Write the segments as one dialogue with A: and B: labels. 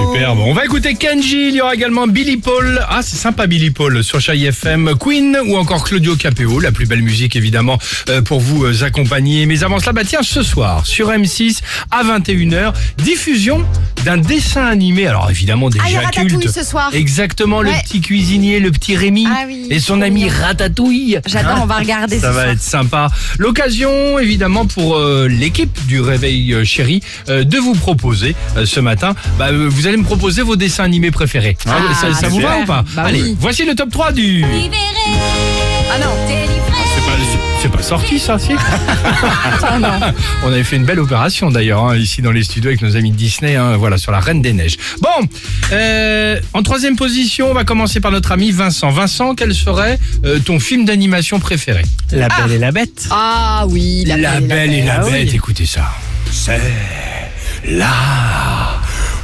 A: Superbe. On va écouter Kenji. Il y aura également Billy Paul. Ah, c'est sympa Billy Paul sur Chai FM. Queen ou encore Claudio Capéo. La plus belle musique évidemment euh, pour vous euh, accompagner. Mais avant cela, bah tiens, ce soir sur M6 à 21h, diffusion d'un dessin animé. Alors évidemment
B: Ah, il y a
A: déjà
B: Ratatouille
A: culte.
B: ce soir.
A: Exactement, le
B: Ouais.
A: petit cuisinier, le petit Rémi
B: Ah oui,
A: et son
B: trop
A: ami
B: mignon.
A: Ratatouille.
B: J'adore,
A: Hein
B: on va regarder
A: ça
B: ce
A: va
B: soir.
A: être sympa. L'occasion, évidemment, pour euh, l'équipe du Réveil euh, Chéri euh, de vous proposer euh, ce matin. bah, euh, vous allez me proposer vos dessins animés préférés. Ça-
B: Ah,
A: ça ça vous va
B: super.
A: ou pas
B: Bah
A: Allez,
B: oui.
A: voici le top 3 du.
B: Ah non,
A: C'est pas, c'est pas sorti, ça, si On avait fait une belle opération, d'ailleurs, hein, ici dans les studios avec nos amis de Disney, hein, voilà, sur la Reine des Neiges. Bon, euh, en troisième position, on va commencer par notre ami Vincent. Vincent, quel serait euh, ton film d'animation préféré
C: La Belle et la Bête.
B: ah oui, la,
A: La belle et la
C: Ah oui.
A: bête, écoutez ça.
D: C'est la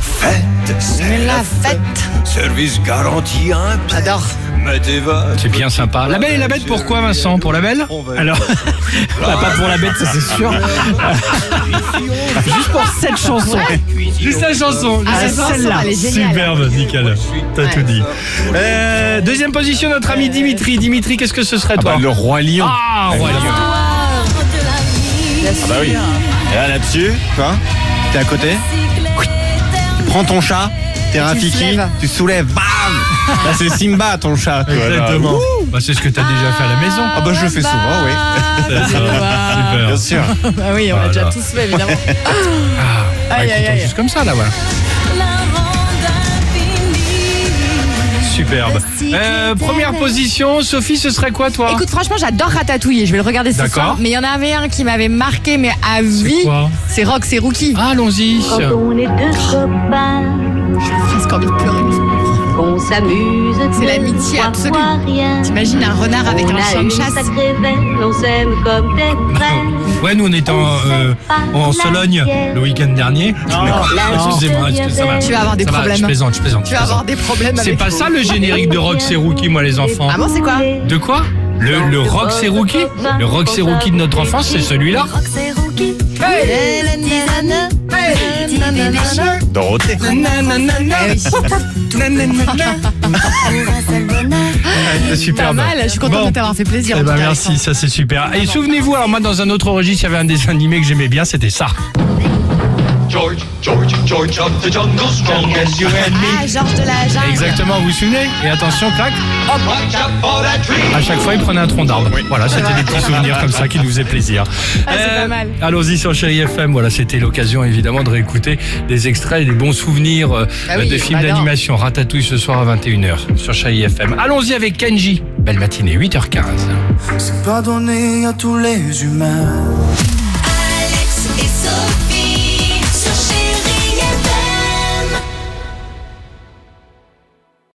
D: fête, c'est
B: La fête.
D: Service garanti impeccable.
B: J'adore.
D: Mettez votre
A: C'est bien sympa. La belle et la bête, pourquoi Vincent Pour la belle
D: On va-
C: Alors, bah, pas pour la bête, ça c'est sûr. Juste pour cette chanson.
A: Juste la chanson.
B: Ah,
C: Ah,
B: la chanson,
C: celle-là.
B: elle est géniale.
A: Superbe, nickel. T'as
B: Ouais.
A: tout dit. Euh, deuxième position, notre ami Dimitri. Dimitri, qu'est-ce que ce serait toi
E: Bah, Le roi lion.
A: bah, Ah, roi lion.
E: bah oui. Et là, là-dessus, quoi T'es à côté Tu prends ton chat, t'es un
B: Tu le
E: fiki,
B: soulèves.
E: tu soulèves, bam Là, c'est Simba, ton chat. toi, là.
A: Exactement. Bah, c'est ce que t'as déjà fait à la maison.
E: Ah bah, je le fais souvent, oui.
A: Ça, ça va. Super.
E: Bien sûr.
B: Ah oui, on l'a déjà
A: Voilà.
B: tous fait, évidemment.
A: Bah,
B: Aïe, aïe,
A: écoutons
B: aïe.
A: Juste comme ça, là, voilà. Superbe. Euh, première position, Sophie, ce serait quoi, toi
B: Écoute, franchement, j'adore Ratatouille. Je vais le regarder ce
A: D'accord.
B: soir. Mais il y en avait un qui m'avait marqué, mais à vie.
A: quoi
B: C'est Rock, c'est Rookie.
A: Ah, Allons-y.
F: Quand on est deux copains,
B: J'ai presque envie de pleurer.
F: qu'on s'amuse.
B: C'est
F: de
B: l'amitié
F: ne
B: absolue.
F: voir rien.
B: T'imagines un renard avec
F: On
B: un
F: a
B: chien
F: une
B: de chasse
F: sacrée veine, on s'aime comme des frères.
A: Ouais, nous on était en, euh, en Sologne le week-end dernier. Oh, ah, Excusez-moi, excusez- ça va.
F: Tu
B: vas avoir des
A: Ça va,
B: problèmes. hein.
A: je plaisante, je plaisante.
B: Tu
A: je
B: vas avoir
A: plaisante.
B: des problèmes
A: C'est
B: avec
A: pas
B: vous.
A: ça le générique de Rock c'est Rookie, moi les enfants.
B: Ah bon, c'est quoi
A: De quoi le, le Rock c'est Rookie Le Rock c'est Rookie de notre enfance, c'est celui-là.
B: Ah,
E: Dorothée.
B: Eh oui. Pas
A: Superbe.
B: mal, je suis contente
A: Bon.
B: de t'avoir fait plaisir.
A: Eh
B: en
A: ben
B: tout cas,
A: merci,
B: Alexandre.
A: ça c'est super. Et souvenez-vous, alors moi dans un autre registre, il y avait un dessin animé que j'aimais bien, c'était ça.
D: George, George, George of the jungle, strong as you and me.
B: Ah, Georges de la Jungle.
A: Exactement, vous vous souvenez Et attention, clac,
D: Watch out for that tree.
A: à chaque fois il prenait un tronc d'arbre. Voilà, c'était des petits souvenirs comme ça qui nous faisaient plaisir. Euh,
B: Ah, c'est pas mal.
A: Allons-y sur Chéri FM. Voilà, c'était l'occasion évidemment de réécouter des extraits et des bons souvenirs euh,
B: Ah oui,
A: de films
B: on adore.
A: d'animation. Ratatouille ce soir à 21h sur Chéri FM. Allons-y avec Kenji. Belle matinée, 8h15.
G: C'est pas donné à tous les humains